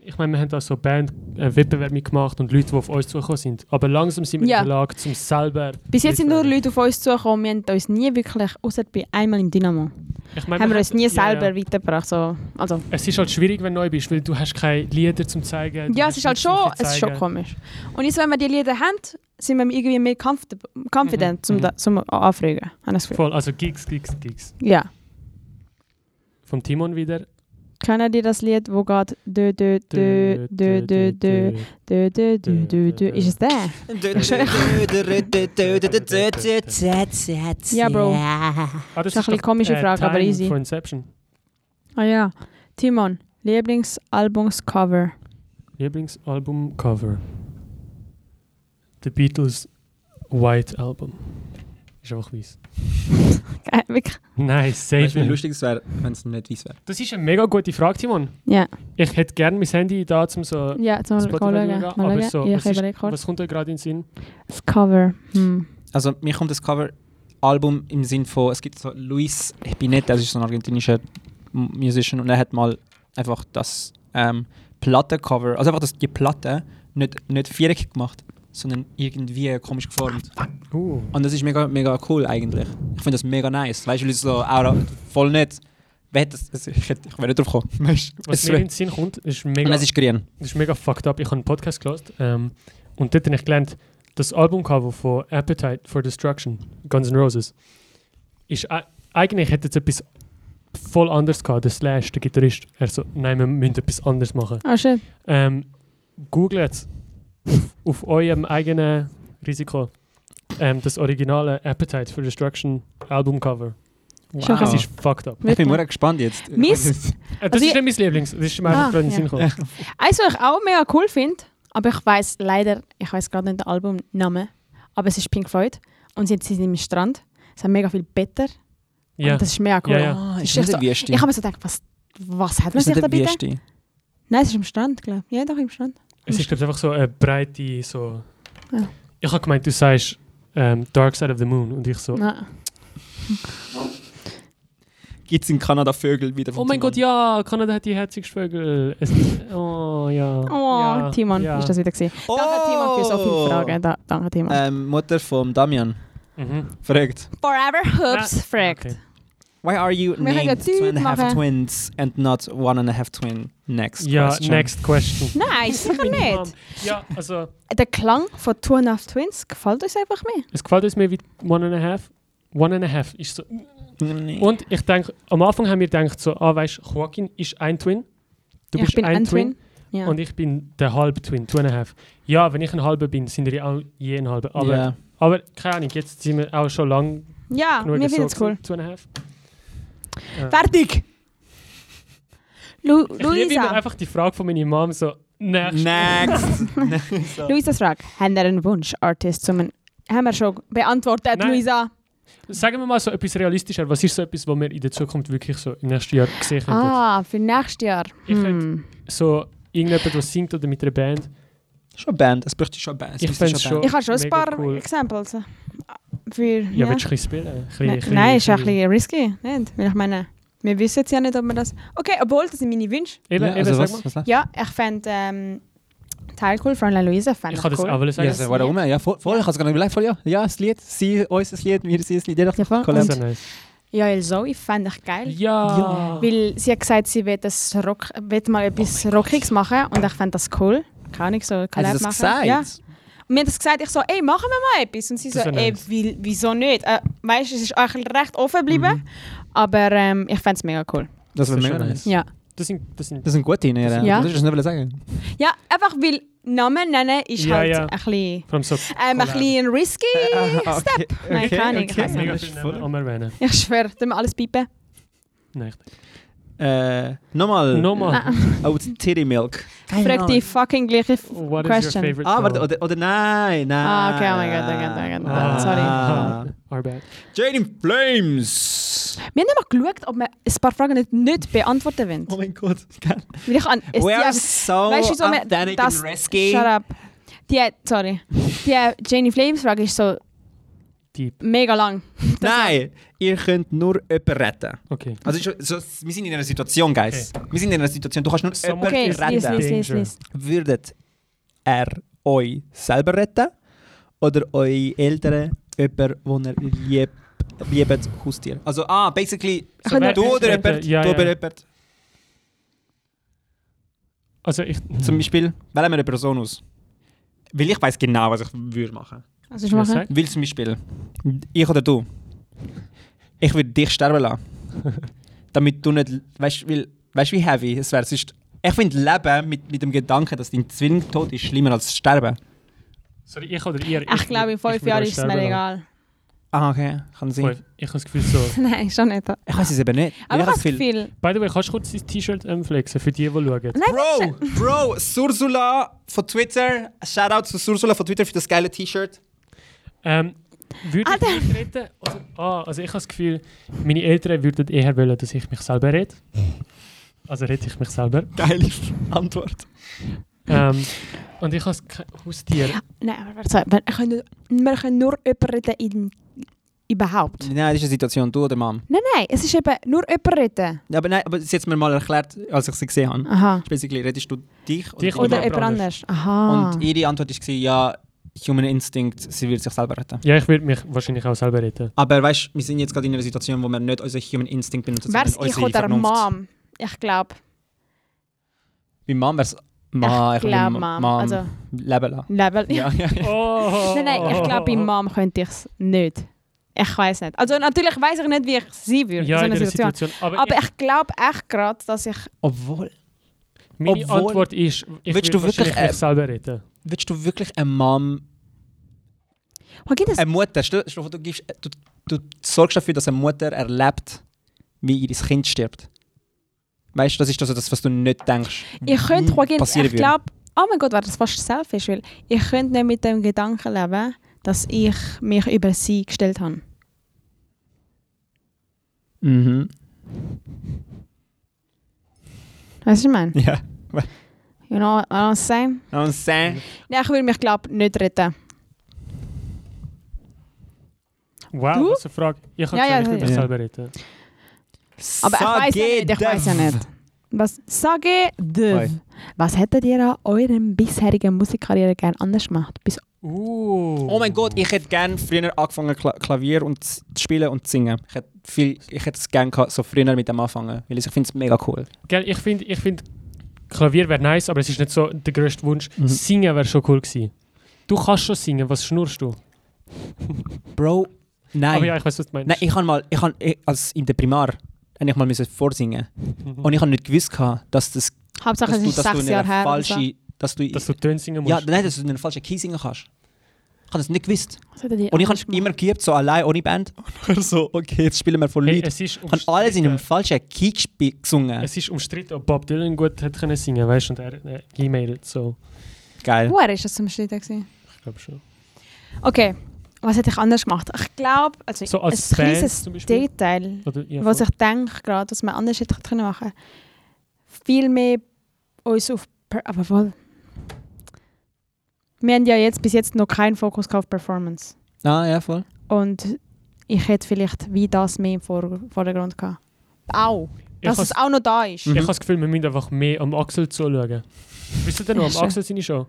Ich meine, wir haben da so Band-Wettbewerbe mitgemacht und Leute, die auf uns zugekommen sind. Aber langsam sind wir Ja. in der Lage, zum selber... Bis jetzt sind nur mitwirken. Leute auf uns zugekommen, wir haben uns nie wirklich, außer bei einmal im Dynamo, Ich meine, haben wir uns nie ja, ja. selber weitergebracht. So. Also, Es ist halt schwierig, wenn du neu bist, weil du hast keine Lieder zum zeigen. du ja, hast es ist halt nichts schon, zum es ist schon zeigen. komisch. Und jetzt, wenn wir die Lieder haben, sind wir irgendwie mehr comfortab- confident, um, da, zum anfragen. Habe ich das Gefühl. Voll, also Gigs, Gigs, Gigs. Ja. Vom Timon wieder. Kennen die das Lied, wo geht dö dö dö dö dö dö dö dö dö dö dö Ist es der? Ja, Bro. Ah, das Ist eine doch, komische Frage, aber Time easy. Von Inception. Ah ja. Timon, Lieblingsalbumscover. Lieblingsalbum-Cover. The Beatles White Album. Ist einfach weiss. Geil, wirklich. Nice, Weißt du, wie safe. lustig es wäre, wenn es nicht weiss wäre? Das ist eine mega gute Frage, Timon. Ja, Ich hätte gerne mein Handy da, um so ja, zum Spotify Mal schauen. zu schauen, Mal aber schauen. so, Ja, was, ich überlege ist, kurz. was kommt dir gerade in den Sinn? Das Cover. Hm. Also mir kommt das Cover Album im Sinn von, es gibt so Luis Pineta, das ist so ein argentinischer M- Musician und er hat mal einfach das ähm, Plattencover, also einfach das, die Platte nicht, nicht viereckig gemacht, sondern irgendwie komisch geformt. Uh. Und das ist mega, mega cool eigentlich. Ich finde das mega nice. Weißt du, weil es so auch voll nicht. Wer hat das? das- Ich, hätte- ich wäre nicht drauf gekommen. Weißt du, Was es mir in wär- den Sinn kommt, ist Und mega... es ist grün. Das ist mega fucked up. Ich habe einen Podcast gehört ähm, und dort habe ich gelernt, das Albumcover von Appetite for Destruction, Guns N' Roses, ist ei- eigentlich hätte jetzt etwas voll anderes gehabt. Der Slash, der Gitarrist, er so, nein, wir müssen etwas anderes machen. Ah, shit. Ähm, googlet auf, auf eurem eigenen Risiko ähm, das originale Appetite for Destruction Albumcover. Schon Das krass. ist fucked up. Ich bin Wirklich. mega gespannt jetzt. Miss, Äh, das Also ist ich- nicht mein Lieblings, das ist mir einfach Ah, gerade in den ja. Sinn gekommen. eins, also, was ich auch mega cool finde, aber ich weiß leider, ich weiß gerade nicht den Albumnamen, aber es ist Pink Floyd und sie sind im Strand. Es haben mega viele Blätter. Ja. Und das ist mega cool. Ja, ja. Ah, Ist ist echt nicht so- der Wüste. Ich habe mir so gedacht, was, was hat man Ist sich nicht da der bitte? Wüste. Nein, es ist im Strand, glaube ich. Ja, doch, im Strand. Es ist, glaube ich, einfach so eine breite. So Ja. Ich habe gemeint, du sagst ähm, Dark Side of the Moon. Und ich so, Nein. Gibt es in Kanada Vögel wieder? oh mein Gott, ja, Kanada hat die herzigsten Vögel. Es, oh ja. Oh, ja, Timon, ja. Oh! ist das wieder gesehen. Danke, Timon, für so viele Fragen. Da, danke, Timon. Ähm, Mutter von Damian Mhm. fragt, Forever Hoops Na, fragt. okay. why are you Wir können ja named two and a half Zeug machen. twins and not one and a half twin? Next Ja, question. next question. Nein, sicher nicht. Ja, also, Der Klang von Two and a Half Twins gefällt uns einfach mehr. es gefällt uns mehr wie One and a Half. One and a Half ist so. Nee. Und ich denke, am Anfang haben wir gedacht so, ah, weißt du, Joaquin ist ein Twin. Du ich bist bin ein, Twin. Ja. Und ich bin der halbe Twin, two and a half. Ja, wenn ich ein halber bin, sind ihr auch je ein halber. Aber, Ja. aber keine Ahnung, jetzt sind wir auch schon lange ja, genug wir so finden es Ah, cool. gewesen, Two and a half. Fertig! Lu Äh, Ich liebe immer Luisa, einfach die Frage von meiner Mom so, next. Next. so. Luisa fragt, haben wir einen Wunsch, Artist, zum einen- haben wir schon beantwortet, Nein. Luisa. Sagen wir mal so etwas realistischer. Was ist so etwas, was wir in der Zukunft wirklich so im nächsten Jahr sehen könnten? Ah, für nächstes Jahr. Ich Hm. So irgendjemand, der singt oder mit einer Band. Schon Band, es bräuchte schon Band. es Ich müsste fänd's Band. schon- Ich habe schon ein Mega paar cool. Examples. äh, Für, Ja, ja, willst du ein bisschen spielen? Ein bisschen- Ne- ein bisschen- Nein, ist ja ein bisschen risky. Nicht? Weil ich meine, wir wissen jetzt ja nicht, ob wir das... Okay, obwohl, das sind meine Wünsche. Eben, Ja, eben, also sag was, mal. was läuft? Ja, ich fände ähm, Teil cool, Fräulein Luisa fände Ich ich kann das cool. auch wollen Ja, sagen. also, warum? Ja, voll, voll ich habe es gar nicht überlegt. Voll, ja. ja, das Lied, sie, unser Lied, wir, sie, das Lied. Jeder Ja, voll. Collab. Das Und- ist ja nice. Jael Zoe fände ich geil. Ja. Weil sie hat gesagt, sie will, das Rock, will mal etwas Oh Rockiges machen und ich fände das cool. Kann ich so Collab Hat sie das machen. gesagt? Ja. Und wir haben das gesagt, ich so, ey, machen wir mal etwas. Und sie Das so, wär ey, nice. wie, wieso nicht? Äh, weißt du, es ist auch recht offen geblieben, Mhm. aber ähm, ich fände es mega cool. Das Das wäre ist mega schon nice. Ja. Das sind, das sind Das sind gute Ideen, ja. Ja. Das ist nicht will sagen. ja, einfach weil Namen nennen ist Ja, halt ja. ein bisschen, vor allem so ähm, Collab. ein Ah, bisschen risky. Step. Nein, keine Ahnung, ich weiss mega Das ist viel voll- Namen erwähnen. Ich schwöre, tun wir alles pipen. Nicht. Äh, nochmal. Nochmal. Ah, Oat Titty Milk. Frag die fucking gleiche F What is your Question. favorite Ah, song? warte, oder, oder nein, nein. Ah, okay, oh mein Gott, oh mein Gott, oh mein Gott. Sorry. Ah. Our bad. Jade in Flames. Wir haben einfach geschaut, ob wir ein paar Fragen nicht, nicht beantworten wollen. Oh mein Gott. Weil ich an We are es- so Weißt du, so mit- authentic das- and die- risky. Shut up. Die, sorry. Die äh, Janie Flames Frage ist so Deep. mega lang. Nein, ihr könnt nur jemanden retten. Okay. Also, es ist schon- so, wir sind in einer Situation, Guys. Wir sind in einer Situation, du kannst nur Someone jemanden Okay, is lies, lies, retten. lies, Danger. lies. Würdet er euch selber retten? Oder eure Eltern, jemanden, den ihr lieb, liebt, Haustier? Also, ah, basically, Ich kann wer- du nur- oder retten? jemand, Ja, du ja. oder jemand. Also ich... Zum Beispiel, wählen wir eine Person aus. Weil ich weiß genau, was ich würde machen. Also ich Ja, mache. sag. Weil zum Beispiel, ich oder du, ich würde dich sterben lassen. damit du nicht, weißt du, weißt, wie heavy es wäre. Sonst- Ich finde Leben mit, mit dem Gedanken, dass dein Zwilling tot ist, schlimmer als Sterben. Sorry, ich oder ihr? Ich glaube, in fünf würd Jahren euch ist es mir sterben egal. Ah, okay, kann lassen. Voll. Ich habe das Gefühl so... Nein, schon nicht. Aber Ich weiß es eben nicht. ich habe ich das Gefühl. By the way, kannst du kurz dein T-Shirt ähm, flexen für die, die schauen? Nein, Bro, Bro, Sursula von Twitter. Shoutout zu Sursula von Twitter für das geile T-Shirt. Ähm, würde Alter. ich mich retten? Also, ah, also ich habe das Gefühl, meine Eltern würden eher wollen, dass ich mich selber rette. Also rette ich mich selber. Geile Antwort. Ähm, und ich habe kein Haustier. Nein, aber warte, wir können, wir können nur jemanden retten in, überhaupt. Nein, das ist eine Situation, du oder Mom. Nein, nein, es ist eben nur jemanden retten. Ja, Aber nein, aber sie hat es mir mal erklärt, als ich sie gesehen habe. Aha. Basically, redest du dich und Dich ihre- Oder Oder jemand jemand anders. anders. Aha. Und ihre Antwort war, ja, Human Instinct, sie will sich selber retten. Ja, ich würde mich wahrscheinlich auch selber retten. Aber weißt du, wir sind jetzt gerade in einer Situation, wo wir nicht unseren Human Instinct benutzen, Wär's sondern ich unsere oder Vernunft. Mom? Ich glaube. Bei Mom wäre es Ma, Ich glaube, will Mom. Mom Also, leben lassen. Level. Ja, ja, ja. Oh! Nein, nein, ich glaube, bei Mom könnte ich es nicht. Ich weiß nicht. Also natürlich weiß ich nicht, wie ich sie würde Ja, in in so einer der Situation. Situation. Aber, Aber ich glaube echt gerade, dass ich... Obwohl, ich, meine obwohl- Antwort ist, ich Willst würde du wirklich, wahrscheinlich äh, mich selber retten. willst du wirklich eine Mom, Was gibt es? eine Mutter, stell, stell, dir vor, du, gibst, du, du sorgst dafür, dass eine Mutter erlebt, wie ihr Kind stirbt. Weißt du, das ist also das, was du nicht denkst. ich könnte, nie Joaquin, passieren ich würde. glaube... Oh mein Gott, wäre das fast selfish, weil ich könnte nicht mit dem Gedanken leben, dass ich mich über sie gestellt habe. Mhm. Weißt du, was ich meine? Ja. You know what I'm saying? Und Sam, Nein, ich würde mich, glaube nicht retten. Wow, Du? was eine Frage. Ich kann Ja, ja, ja, nicht über ja. selber reden. Aber ich weiß ja nicht, ich weiß ja nicht. Was sage Oi. Döv? Was hättet ihr an eurem bisherigen Musikkarriere gern anders gemacht? Bis Uh. Oh mein Gott, ich hätte gerne früher angefangen Kla Klavier und z- zu spielen und zu singen. Ich hätte viel, ich hätte es gerne gehabt, so früher mit dem anfangen, weil ich finde es mega cool. Gell, ich finde, ich find, Klavier wäre nice, aber es ist nicht so der grösste Wunsch. Mhm. Singen wäre schon cool gewesen. Du kannst schon singen, was schnurst du? Bro, nein. Aber Oh ja, ich weiß, was du meinst. Nein, ich habe mal, ich habe ich- als in der Primar habe ich mal müssen vorsingen Mhm. und ich habe nicht gewusst gehabt, dass das, Hauptsache, dass es du, ist dass du sechs in Jahre einer her. oder so. falschen, dass du, Dass du Töne singen musst. ja, nein, dass du in einer falschen Key singen kannst. Ich habe das nicht gewusst. Was hättet ihr Und ich habe anders gemacht? immer geübt, so allein ohne Band. Und dann so, okay, jetzt spielen wir vor hey, Leuten. es ist Ich habe alles in einem umstritten, falschen Key gespi- gesungen. es ist umstritten, ob Bob Dylan gut hätte können singen, weißt du, und er äh, gemailt, so, Geil. Wo ist das zum Schnitt? gewesen? ich glaube schon. Okay, was hätte ich anders gemacht? Ich glaube, also So ein als Band kleines zum Beispiel? Detail, Oder, ja, was voll. ich denke gerade, was man anders hätte können machen Viel mehr uns auf... Per aber voll... Wir haben ja jetzt bis jetzt noch keinen Fokus gehabt auf Performance. Ah, ja, voll. Und ich hätte vielleicht wie das mehr im Vor Vordergrund gehabt. Auch, ich Mhm. dass has- es auch noch da ist. Ich habe das Gefühl, wir müssen einfach mehr am Axel zuschauen. Wisst ihr denn noch, am Ja, schön. Axel seine Show?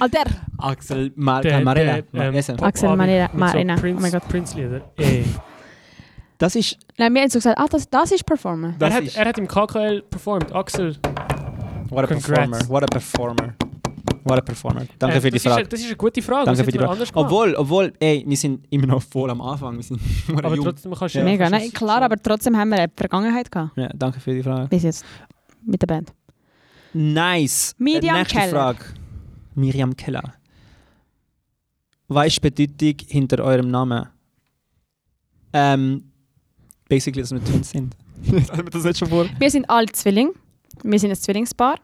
Alter! Axel Mar Der- Marella. der, ähm, Marella. Popabend Axel Marella- mit so Marella, oh Prince- mein Gott. Prince-Lieder. Ey. Das ist. Nein, wir haben so gesagt, ah, das, das ist Performen. Das Er hat, ist- er hat im KKL performt, Axel. What a Congrats. performer. What a performer. What a performer. Danke Äh, für das die ist Frage. eine- das ist eine gute Frage. Danke Was für die hätte man Frage. anders gemacht? Obwohl, obwohl, ey, wir sind immer noch voll am Anfang. Wir sind nur aber jung. trotzdem kannst du Ja. Mega, kannst nein, du- klar, aber trotzdem haben wir eine Vergangenheit gehabt. Ja, danke für die Frage. Bis jetzt. Mit der Band. Nice. Äh, Miriam Nächste Keller. Frage. Miriam Keller. Was ist die Bedeutung hinter eurem Namen? Ähm, basically, dass wir Twins sind. Haben wir das nicht schon vor? Wir sind alle Zwilling. Wir sind ein Zwillingspaar.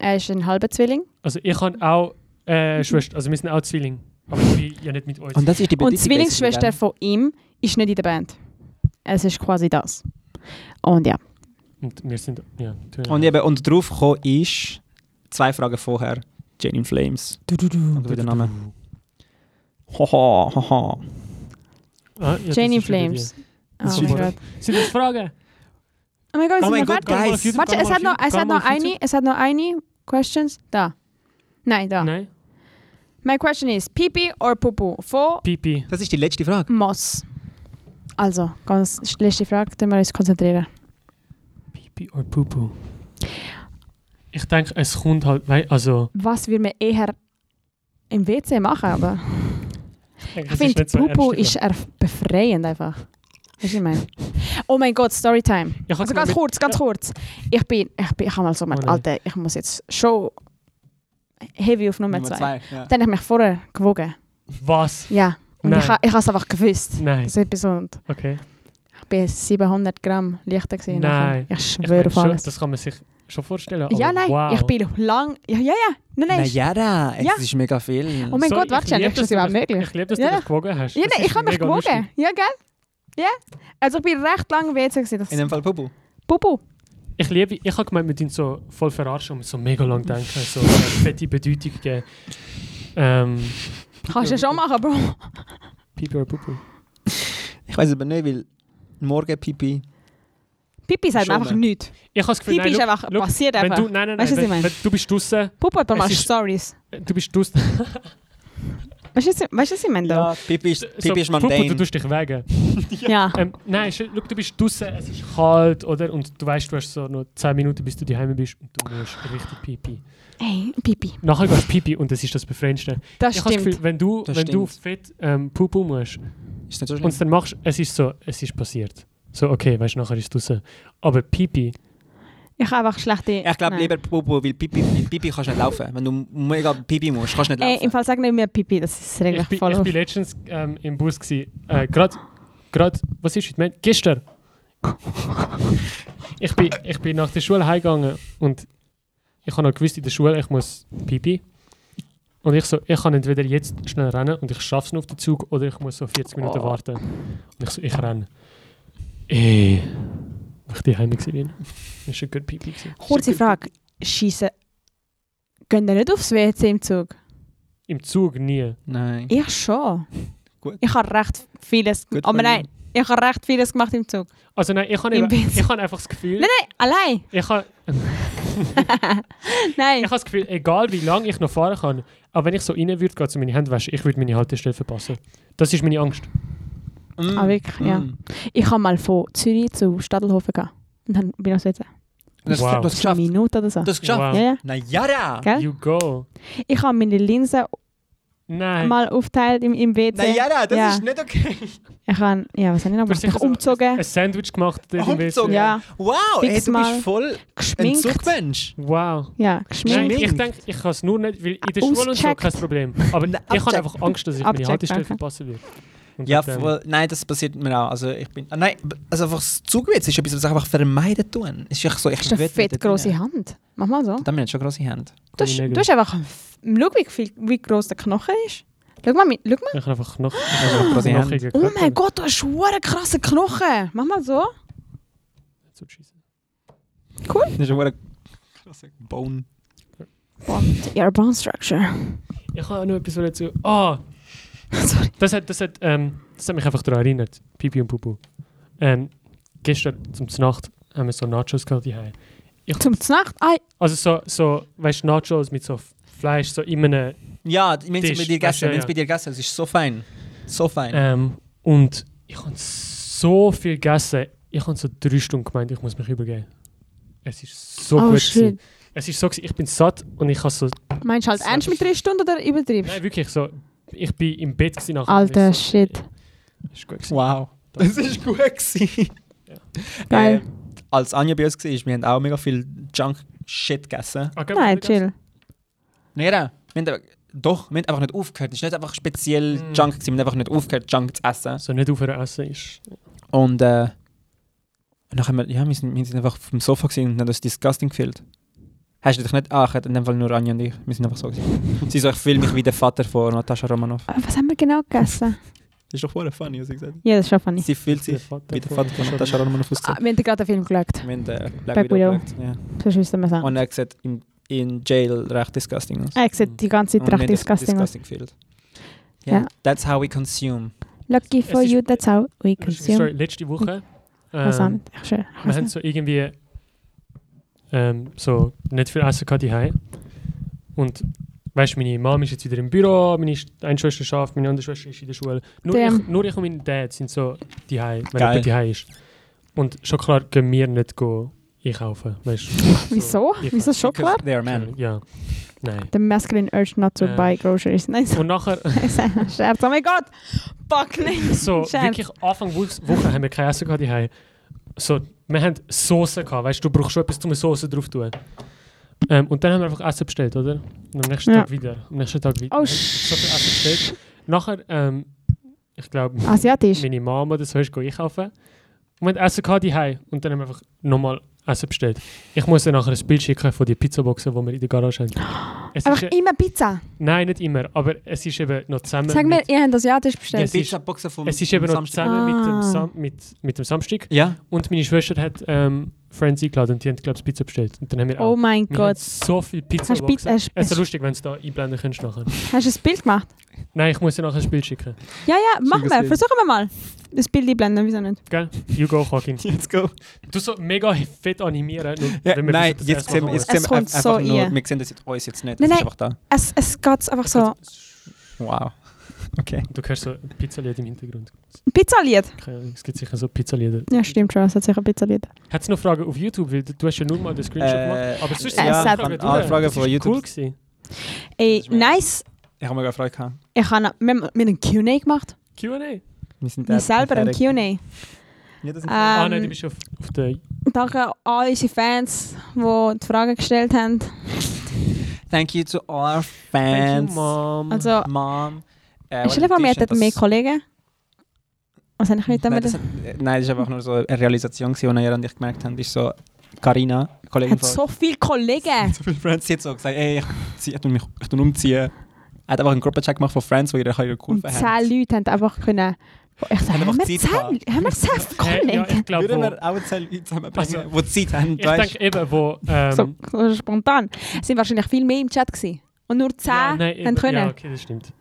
Er ist ein halber Zwilling. Also ich habe auch äh, Schwester, also wir sind auch Zwilling, aber ich bin ja nicht mit euch. Und das ist die Bedeutung. Und die Zwillingsschwester von ihm ist nicht in der Band. Es ist quasi das. Und ja. Und wir sind, ja. basically, gell? Und eben, und drauf gekommen ist, zwei Fragen vorher, Jane in Flames. du, du, du, Danke für den Namen. Haha, haha. Ah, ja, das Jane in ist eine gute Flames. Oh Das mein ist Gott. gut. Idee. Sind das Fragen? Oh mein Gott, Oh sind mein wir Gott, fertig? guys. Gott, Warte, es hat noch, es hat noch eine, es hat noch eine Questions. Da. Nein, da. Nein, My question is, Pipi or Pupu? Von Pipi. Das ist die letzte Frage. Moss. Also, ganz schlechte Frage, da müssen wir uns konzentrieren. Pipi or Pupu? Ich denke, es kommt halt, wei- also... Was würden wir eher im WC machen, aber... Ich es ist finde, nicht so eine Pupu ernste ist Frage. erf- befreiend einfach. Weißt du, ich meine? Oh mein Gott, Storytime. Ich Also hab's ganz mit- kurz, ganz Ja. kurz. Ich bin, ich bin, ich habe mal so gemeint, Oh nein. Alter, ich muss jetzt schon heavy auf Nummer 2. ja. Dann habe ich mich vorher gewogen. Was? Ja. Und Nein. ich, ha- ich habe es einfach gewusst. Nein, Das ist gesund. okay. Ich bin 700 Gramm leichter gewesen. Nein. nachher. Ich Ich schwöre meine, auf schon, alles. das kann man sich schon vorstellen, aber Ja, nein, wow. ich bin lang. Ja, ja, ja. Nein, nein. ja, da, es Ja. ist mega viel. Oh mein Sorry, Gott, warte schnell, lieb, ist das dass du überhaupt dich- möglich? Ich liebe, dass Ja. du dich gewogen hast. Ja, Das nein, ich ist habe mich mega gewogen. lustig. Ja, gell? Ja. Also ich bin recht lange im WC gewesen. In Das dem Fall Pupu. Bubu. Ich liebe, ich habe gemeint, wir tun so voll verarschen und so mega lang denken, so eine fette Bedeutung geben. Ähm, Kannst du ja schon machen, Bro. Pipi or Pupu? Ich weiß aber nicht, weil morgen Pipi. Pipi sagt mir Schon, einfach ne? nichts. Ich habe das Gefühl, Pipi ist nein, einfach look, passiert look, wenn einfach. du, nein, nein, nein, Weißt du, was wenn, ich meine? wenn, du bist draussen, Pupu hat mal Es ist- Stories. du bist draussen. Weißt du, was ich- weißt du, was ich meine? da? Pipi ist, Pipi ist Pupu, du mundane. tust dich wegen. Ja. Ähm, nein, schau, look, du bist draussen, es ist kalt, oder? Und du weißt, du hast so noch 10 Minuten, bis du daheim bist und du musst richtig Pipi. Ey, Pipi. Nachher gehst du Pipi und das ist das Befreiendste. Das Ich habe das Ah, stimmt. Gefühl, wenn du, Das wenn du stimmt. fett ähm, Pupu musst, Ist nicht so Und es dann machst, es ist so, es ist passiert. So, okay, weißt du, nachher ist es raus. Aber Pipi, Ich habe einfach schlechte. Ich glaube Nein. lieber Pupu, weil Pipi, weil Pipi kannst nicht laufen. Wenn du mega Pipi musst, kannst du nicht Ey, Äh, im laufen. Fall sag nicht mehr Pipi, das ist ich eigentlich bin, voll. ich auf. bin letztens ähm, im Bus gsi. Äh, grad, grad, was ist heute? Mein- Gestern. ich, bin, ich bin nach der Schule heimgegangen und ich habe noch gewusst in der Schule, ich muss Pipi. Und ich so, ich kann entweder jetzt schnell rennen und ich schaffe es noch auf den Zug oder ich muss so 40 Minuten Oh. warten. Und ich so, ich renne. Ey, als ich daheim war, war ich schon gut Pipi. Gewesen. Kurze Frage. Schießen. Gehen ihr nicht aufs WC im Zug? Im Zug nie. Nein. Ich schon. Gut. Ich habe recht vieles Good gemacht. Aber for oh, nein, ich habe recht vieles gemacht im Zug. Also nein, ich habe Im eben- Bett. ich habe einfach das Gefühl, Nein, nein, allein. ich habe Nein. ich habe das Gefühl, egal wie lange ich noch fahren kann, aber wenn ich so rein würde, geht es um meine Handwäsche, ich würde meine Haltestelle verpassen. Das ist meine Angst. Mm. Ah, wirklich, ja. Mm. Ich habe mal von Zürich zu Stadelhofen gehen. Und dann bin ich sitzen. Das, Wow. das Eine geschafft. Minute oder so. Das geschafft. ja, ja. Na ja! Gell? You go. Ich habe meine Linse Nein. mal aufteilt im, im WC. Na ja, das Ja. ist nicht okay. Ich habe, ja, was habe ich noch Du hast gemacht? Ich sicher habe so umgezogen, Ein Sandwich gemacht. dort im WC. Umgezogen? ja, Wow, ey, du Fix-mal. bist voll ein geschminkt. Zugmensch. Wow. Ja, Nein, geschminkt. Schminkt. ich denke, ich kann es nur nicht, weil in der Schule und so Auscheckt. kein Problem. Aber Nein, ich habe abcheckt. einfach Angst, dass ich meine Abcheckt, Haltestelle danke. verpassen werde. Und Ja, dann- voll, nein, das passiert mir auch. Also ich bin, ah, nein, b- also einfach das Zugwitz ist etwas, was ich einfach vermeiden tun. Ist echt so, ich Du hast eine will nicht fett dort grosse rein. Hand. Mach mal so. Damit hat schon grosse Hände. Du Kann ich hast, nicht. du hast einfach. Schau, wie, viel, wie gross der Knochen ist. Schau mal, mit, schau mal. Ich habe einfach noch. grosse Hände. Oh mein Gott, du hast einen krassen Knochen. Mach mal so. Das ist ein krasser Bone. Die Airborne Structure. Ich habe auch noch etwas dazu. Ah, Sorry. das hat, das, hat, ähm, das hat mich einfach daran erinnert. Pipi und Pupu. Ähm, gestern zum Znacht haben wir so Nachos gehabt. die haben- Zum Znacht. Ah, Also so, so weißt du, Nachos mit so Fleisch, so in einem Ja, wenn Tisch, es bei dir weißt du, gegessen, wenn es ja. bei dir gegessen, es ist so fein. So fein. Ähm, und ich habe so viel gegessen. Ich habe so drei Stunden gemeint, ich muss mich übergeben. Es ist so Oh, gut. shit. gewesen. Es ist so, gewesen, ich bin satt und ich habe so. meinst du halt Das ernst mit drei Stunden oder übertriebst? Nein, wirklich so. Ich bin im Bett gewesen nachher. Alter Ich so, Shit. Das ist gut gewesen. Wow. Das ist gut gewesen. Geil. Ähm, als Anja bei uns war, wir haben auch mega viel Junk-Shit gegessen. Ah, gell, Nein, wir haben chill. Nein, nein, wir haben, aber- doch, wir haben einfach nicht aufgehört. Es ist nicht einfach speziell Junk gewesen, wir haben einfach nicht aufgehört, Junk zu essen. das- So Also nicht aufhören essen ist. Und äh, nachher, haben wir- ja, wir sind, wir sind einfach vom Sofa gewesen und haben uns disgusting gefühlt. Hast du dich nicht angehört? In dem Fall nur Anja und ich. Wir sind einfach so gewesen. Sie so, ich fühle mich wie der Vater von Natascha Romanov. Äh, Was haben wir genau gegessen? Das ist doch voll funny, was ich gesagt Ja, das ist schon funny. Sie fühlt sich Vater wie der Vater von Natascha Romanov Ah, ausgesagt. wir haben gerade einen Film geschaut. Wir haben äh, Black Black Widow Widow. geschaut, ja. Sonst wissen wir es auch. Und er hat gesagt, in, in Jail recht disgusting aus. Er sieht die ganze Zeit Und wir haben recht uns disgusting aus. disgusting gefühlt. Ja. Ja, that's how we consume. Lucky for ist- you, that's how Sorry, we consume. letzte Woche. Was auch Ähm, nicht. Ach, schön. Ach, wir was haben nicht. so irgendwie ähm, so nicht viel Essen gehabt daheim. Und weißt du, meine Mom ist jetzt wieder im Büro, meine Sch- eine Schwester schafft, meine andere Schwester ist in der Schule. Nur, Damn. ich, nur ich und mein Dad sind so daheim, wenn Geil. jemand daheim ist. Und schon klar können wir nicht go einkaufen. Weißt du? Wieso? ich Wieso weiß. Schokolade? Because they are So, men. ja. Nein. The masculine urge not to Äh. buy groceries. Nein, so. Und nachher, Scherz. Oh mein Gott! Fuck, nein. so Scherz. wirklich Anfang Wo- Woche haben wir kein Essen gehabt daheim. So, wir haben Soße gehabt, weißt du, du brauchst schon etwas, um eine Soße drauf zu tun. Ähm, und dann haben wir einfach Essen bestellt, oder? Und am nächsten Ja. Tag wieder. Am nächsten Tag wieder. Oh, Wir haben so viel Essen bestellt. Nachher, ähm, ich glaube, Asiatisch. meine Mama oder so ist gegangen einkaufen. Und wir haben Essen gehabt daheim. Und dann haben wir einfach nochmal Essen bestellt. Ich muss dir nachher ein Bild schicken von den Pizzaboxen, die wir in der Garage haben. Es ist, Einfach äh, immer Pizza. nein, nicht immer, aber es ist eben noch zusammen. Sag mit- mir, ihr habt asiatisch bestellt. Es ist- Pizza-Boxen vom es ist eben noch Samstag. zusammen mit, dem Ah. Sam mit, mit dem Samstag. Ja, Und meine Schwester hat ähm, Friends eingeladen und die haben, glaube ich, Pizza bestellt. Und dann haben wir Oh auch mein wir haben Gott. so viel Pizza Hast du Pizza- gegessen. hast- Es ist so lustig, wenn du es da einblenden könntest nachher. Hast du ein Bild gemacht? Nein, ich muss dir nachher ein Bild schicken. Ja, ja, machen das wir. Bild. Versuchen wir mal. Das Bild einblenden, wieso nicht? Gell? You go, Joaquin. let's go. Du so mega fett animieren. nur Ja, wenn wir nein, wissen, dass er jetzt es sehen wir, jetzt machen sehen Es wir kommt einfach so nur, ihr. wir sehen das jetzt, uns jetzt nicht, Nein, es ist nein. einfach da. Es, es geht einfach so. Wow. Okay. will. Du hörst so ein Pizzalied im Hintergrund. Pizzalied. Keine Ahnung, Es gibt sicher so Pizzalieder. Ja, stimmt schon. Es hat sicher Pizzalied. Hat es noch Fragen auf YouTube? Weil du hast ja nur mal den Screenshot Äh, gemacht. Aber sonst ja, sind alle es Fragen hat- alle durch. Fragen Das von ist YouTube. Cool gewesen. Ey, ist mir- nice. Ich habe mega Freude gehabt. Ich habe mit, mit einem Q&A gemacht. Q&A. Wir sind Ich selber ein Q&A. Ja, das sind Ah, nein, du Ähm, bist auf, auf der... Danke all unsere Fans, die die Fragen gestellt haben. Thank you to all our Thank fans. you, Mom. Also, Mom. Äh, stell dir vor, wir Politician, hätten mehr das- Kollegen. Was habe ich nicht Nein, damit? das hat- äh, nein, das ist einfach nur so eine Realisation, gewesen, die ihr und ich gemerkt haben. Ist so, Carina, Kollegin hat von so viele Kollegen. so viele Friends, sie hat so gesagt, ey, ich, zieh- ich, tu mich, ich tu umziehen. Er hat einfach einen Gruppencheck gemacht von Friends, wo ihr euch eure Und Kurve zehn Leute haben einfach können. Ich sage, Haben haben wir einfach Zeit zehn, gehabt. haben wir zehn Hä, ja, Kollegen? ich glaube, Würden wo- wir auch zehn Leute zusammenbringen, Also, also, die Zeit haben, Ich weißt denke eben, wo. Ähm, So, so spontan. Es sind wahrscheinlich viel mehr im Chat gewesen. Und nur zehn ja, nein, haben eben, können. ja, okay, das stimmt.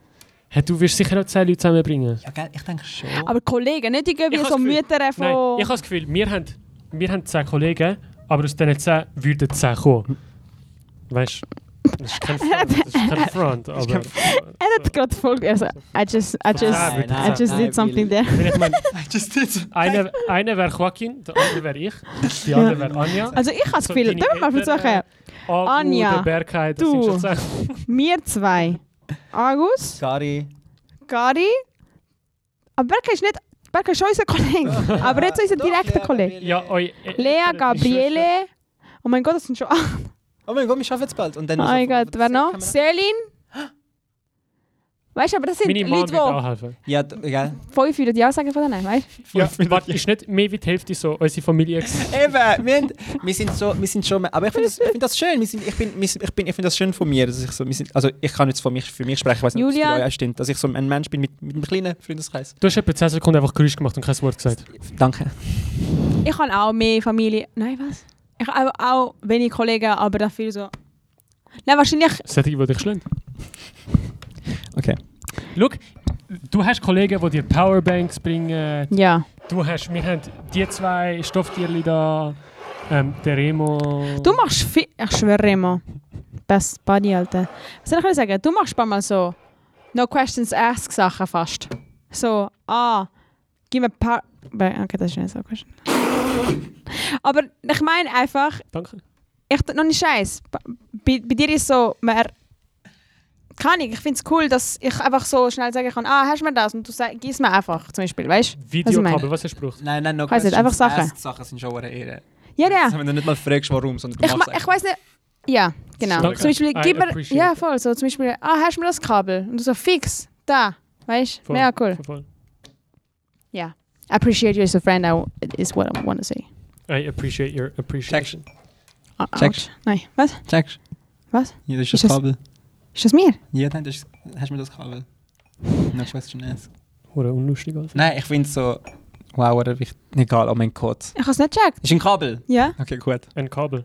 Hey, du wirst sicher auch 10 Leute zusammenbringen. Ja, gell, ich denke schon. Aber Kollegen, nicht Ich irgendwie habe so das Gefühl- Mütter von... Nein, ich habe das Gefühl, wir haben, wir haben 10 Kollegen, aber aus diesen 10 würden 10 kommen. Weißt du? Das ist kein Front. Das ist kein Front aber, kein er hat gerade voll... Also, I just, I just, Nein, nein, I just nein, did something there. wenn ich meine, I just did. einer eine wäre Joaquin, der andere wäre ich, die andere wäre Anja. Also ich habe das So, Gefühl, deine dürfen wir mal Eltern, äh. versuchen. Agu, Anja, der Berkay, das du. sind schon 10. Wir zwei. Agus, Gary. Gari. Aber Berke ist nicht... Berke ist schon unser Kollege. aber nicht so unser direkter Kollege. Ja, eh, eu, Lea, Gabriele. Oh mein Gott, das sind schon acht. Oh mein Gott, wir schaffen es bald. Und dann Oh mein Gott, wer noch? Kamera. Selin. Weißt du, aber das sind Meine Mama Leute, wird die anhelfen. Ja, d- gell. fünf würden ja auch sagen von denen, weißt Ja, Fünf warte, ist nicht mehr wie die Hälfte so unsere Familie. gewesen. Eben, wir, haben, wir sind so, wir sind schon, aber ich finde das, ich find das schön. Wir sind, ich bin, wir sind, ich bin, ich finde das schön von mir, dass ich so, wir sind, also ich kann jetzt von mich, für mich sprechen, ich weiß nicht, ob es Julia? bei euch auch stimmt, dass ich so ein Mensch bin mit, mit einem kleinen Freundeskreis. Du hast etwa 10 Sekunden einfach Geräusch gemacht und kein Wort gesagt. Danke. du? Ich habe auch mehr Familie. Nein, was? Ich habe auch, auch wenig Kollegen, aber dafür so. Nein, wahrscheinlich. Solche, die dich schlagen. Okay. Schau, du hast Kollegen, die dir Powerbanks bringen. Ja. Du hast, wir haben die zwei Stofftierli da. Ähm, der Remo. Du machst viel. Ich schwöre immer. Best Buddy, Alter. Was soll ich sagen? Du machst ein paar Mal so. No questions asked Sachen fast. So, ah, gib mir ein paar. Okay, das ist nicht so question. aber ich meine einfach, Danke. ich noch nicht scheiß. Bei, bei dir ist so, man er, kann ich. Ich finde es cool, dass ich einfach so schnell sagen kann, ah, hast du mir das? Und du sagst, gib es mir einfach, zum Beispiel, weißt du? Videokabel, was hast du gebraucht? Nein, nein, noch Weiss nicht, einfach Sachen. Sachen sind schon eine Ehre. Ja, ja. Wenn du nicht mal fragst, warum, sondern du Ich, machst ma- ich weiß nicht. Ja, genau. Danke. Zum Beispiel, I gib mir. appreciate Ja, it. voll. So, zum Beispiel, ah, hast du mir das Kabel? Und du so, fix, da. Weißt du? Voll, Mega cool. voll, voll. Ja. I appreciate you as a friend, I w- is what I want to say. I appreciate your appreciation. Ah, Checkst. ouch. Nein, was? Checkst. Was? Ja, das Ist ist das das- Kabel. Ist das mir? Ja, nein, das ist, hast du mir das Kabel? No question asked. Oder unlustig, Alter. Nein, ich finde so, wow, oder wichtig. Egal, oh mein Gott. Ich habe es nicht gecheckt. Ist ein Kabel. Ja? Okay, gut. Ein Kabel.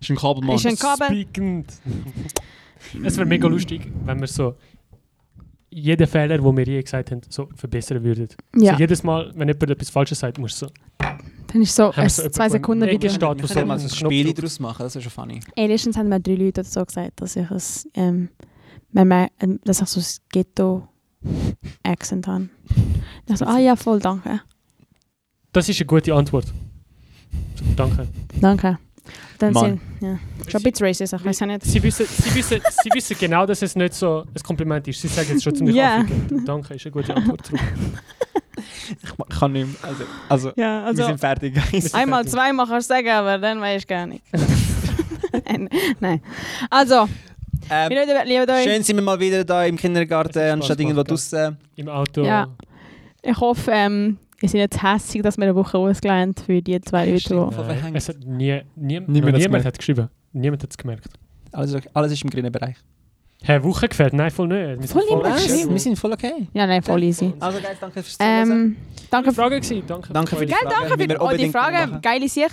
Ist ein Kabel, Mann. Ist ein Kabel. Speakend. es wäre mega lustig, wenn wir so jeden Fehler, den wir je gesagt haben, so verbessern würden. Ja. So jedes Mal, wenn jemand etwas Falsches sagt, musst du so. Dann ist so Haben ein wir so jemanden, zwei der Sekunden mega Video. stark- Status Wir können mal so um? ein Knopfdruck. Spiel daraus machen, das ist schon funny. Ey, letztens haben mir drei Leute oder so gesagt, dass ich es, ähm, wenn man, ähm, dass ich so ein Ghetto-Accent habe. Ich so, ah ja, voll, danke. Das ist eine gute Antwort. So, Danke. Danke. Dann Mann. sind, ja. Schon ein bisschen racist, ich weiß ja nicht. Sie wissen, sie, wissen, sie wissen genau, dass es nicht so ein Kompliment ist. Sie sagen es schon ziemlich Ja. anfickend. Danke, ist eine gute Antwort zurück. Ich ma- kann nicht mehr. Also, also, Ja, wir sind fertig, guys. Einmal fertig. zweimal kannst du sagen, aber dann weiß ich gar nicht. Nein, Nein. Also, wir Ähm, Leute, lieben euch. schön sind wir mal wieder da im Kindergarten, Es hat Spaß anstatt irgendwo gemacht, draußen. Im Auto. Ja. Ich hoffe, ähm, ihr seid jetzt hässig, dass wir eine Woche ausgelernt haben für die zwei Leute. Voll Nein, verhängt. es hat nie, nie, noch Niemand hat's niemand gemerkt. hat geschrieben. Niemand hat es gemerkt. Alles, alles ist im grünen Bereich. Hey, Woche gefällt? Nein, voll nicht. Wir sind Voll niemand Was? geschrieben. Wir sind voll okay. die- Ja, nein, voll easy. Also, guys, danke fürs Zuhören. Ähm, danke für, Frage gewesen. Danke, Danke für die eure Frage. danke wie wir für oh, die unbedingt Frage. machen. Geile sicher.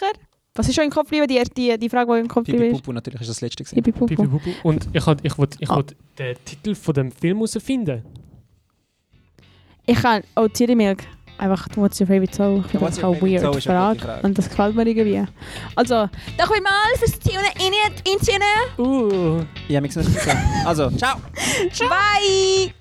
Was ist schon im Kopf geblieben, die, die, die Frage, die im Kopf Pipi geblieben ist? Pupu natürlich ist das letzte. gewesen. Pipi Pupu. Pipi Pupu. Und ich wollte ich wollt, ich Ah. wollt den Titel von dem Film herausfinden. Ich kann oh, auch Chili Milk. Einfach, what's your favorite soul? Ich finde what's das your auch weird favorite soul ist eine Frage. gute Frage. Und das gefällt mir irgendwie. Also, danke vielmals fürs Tunen in, in, in, Uh. Ja, wir sehen uns. Also, ciao. Bye!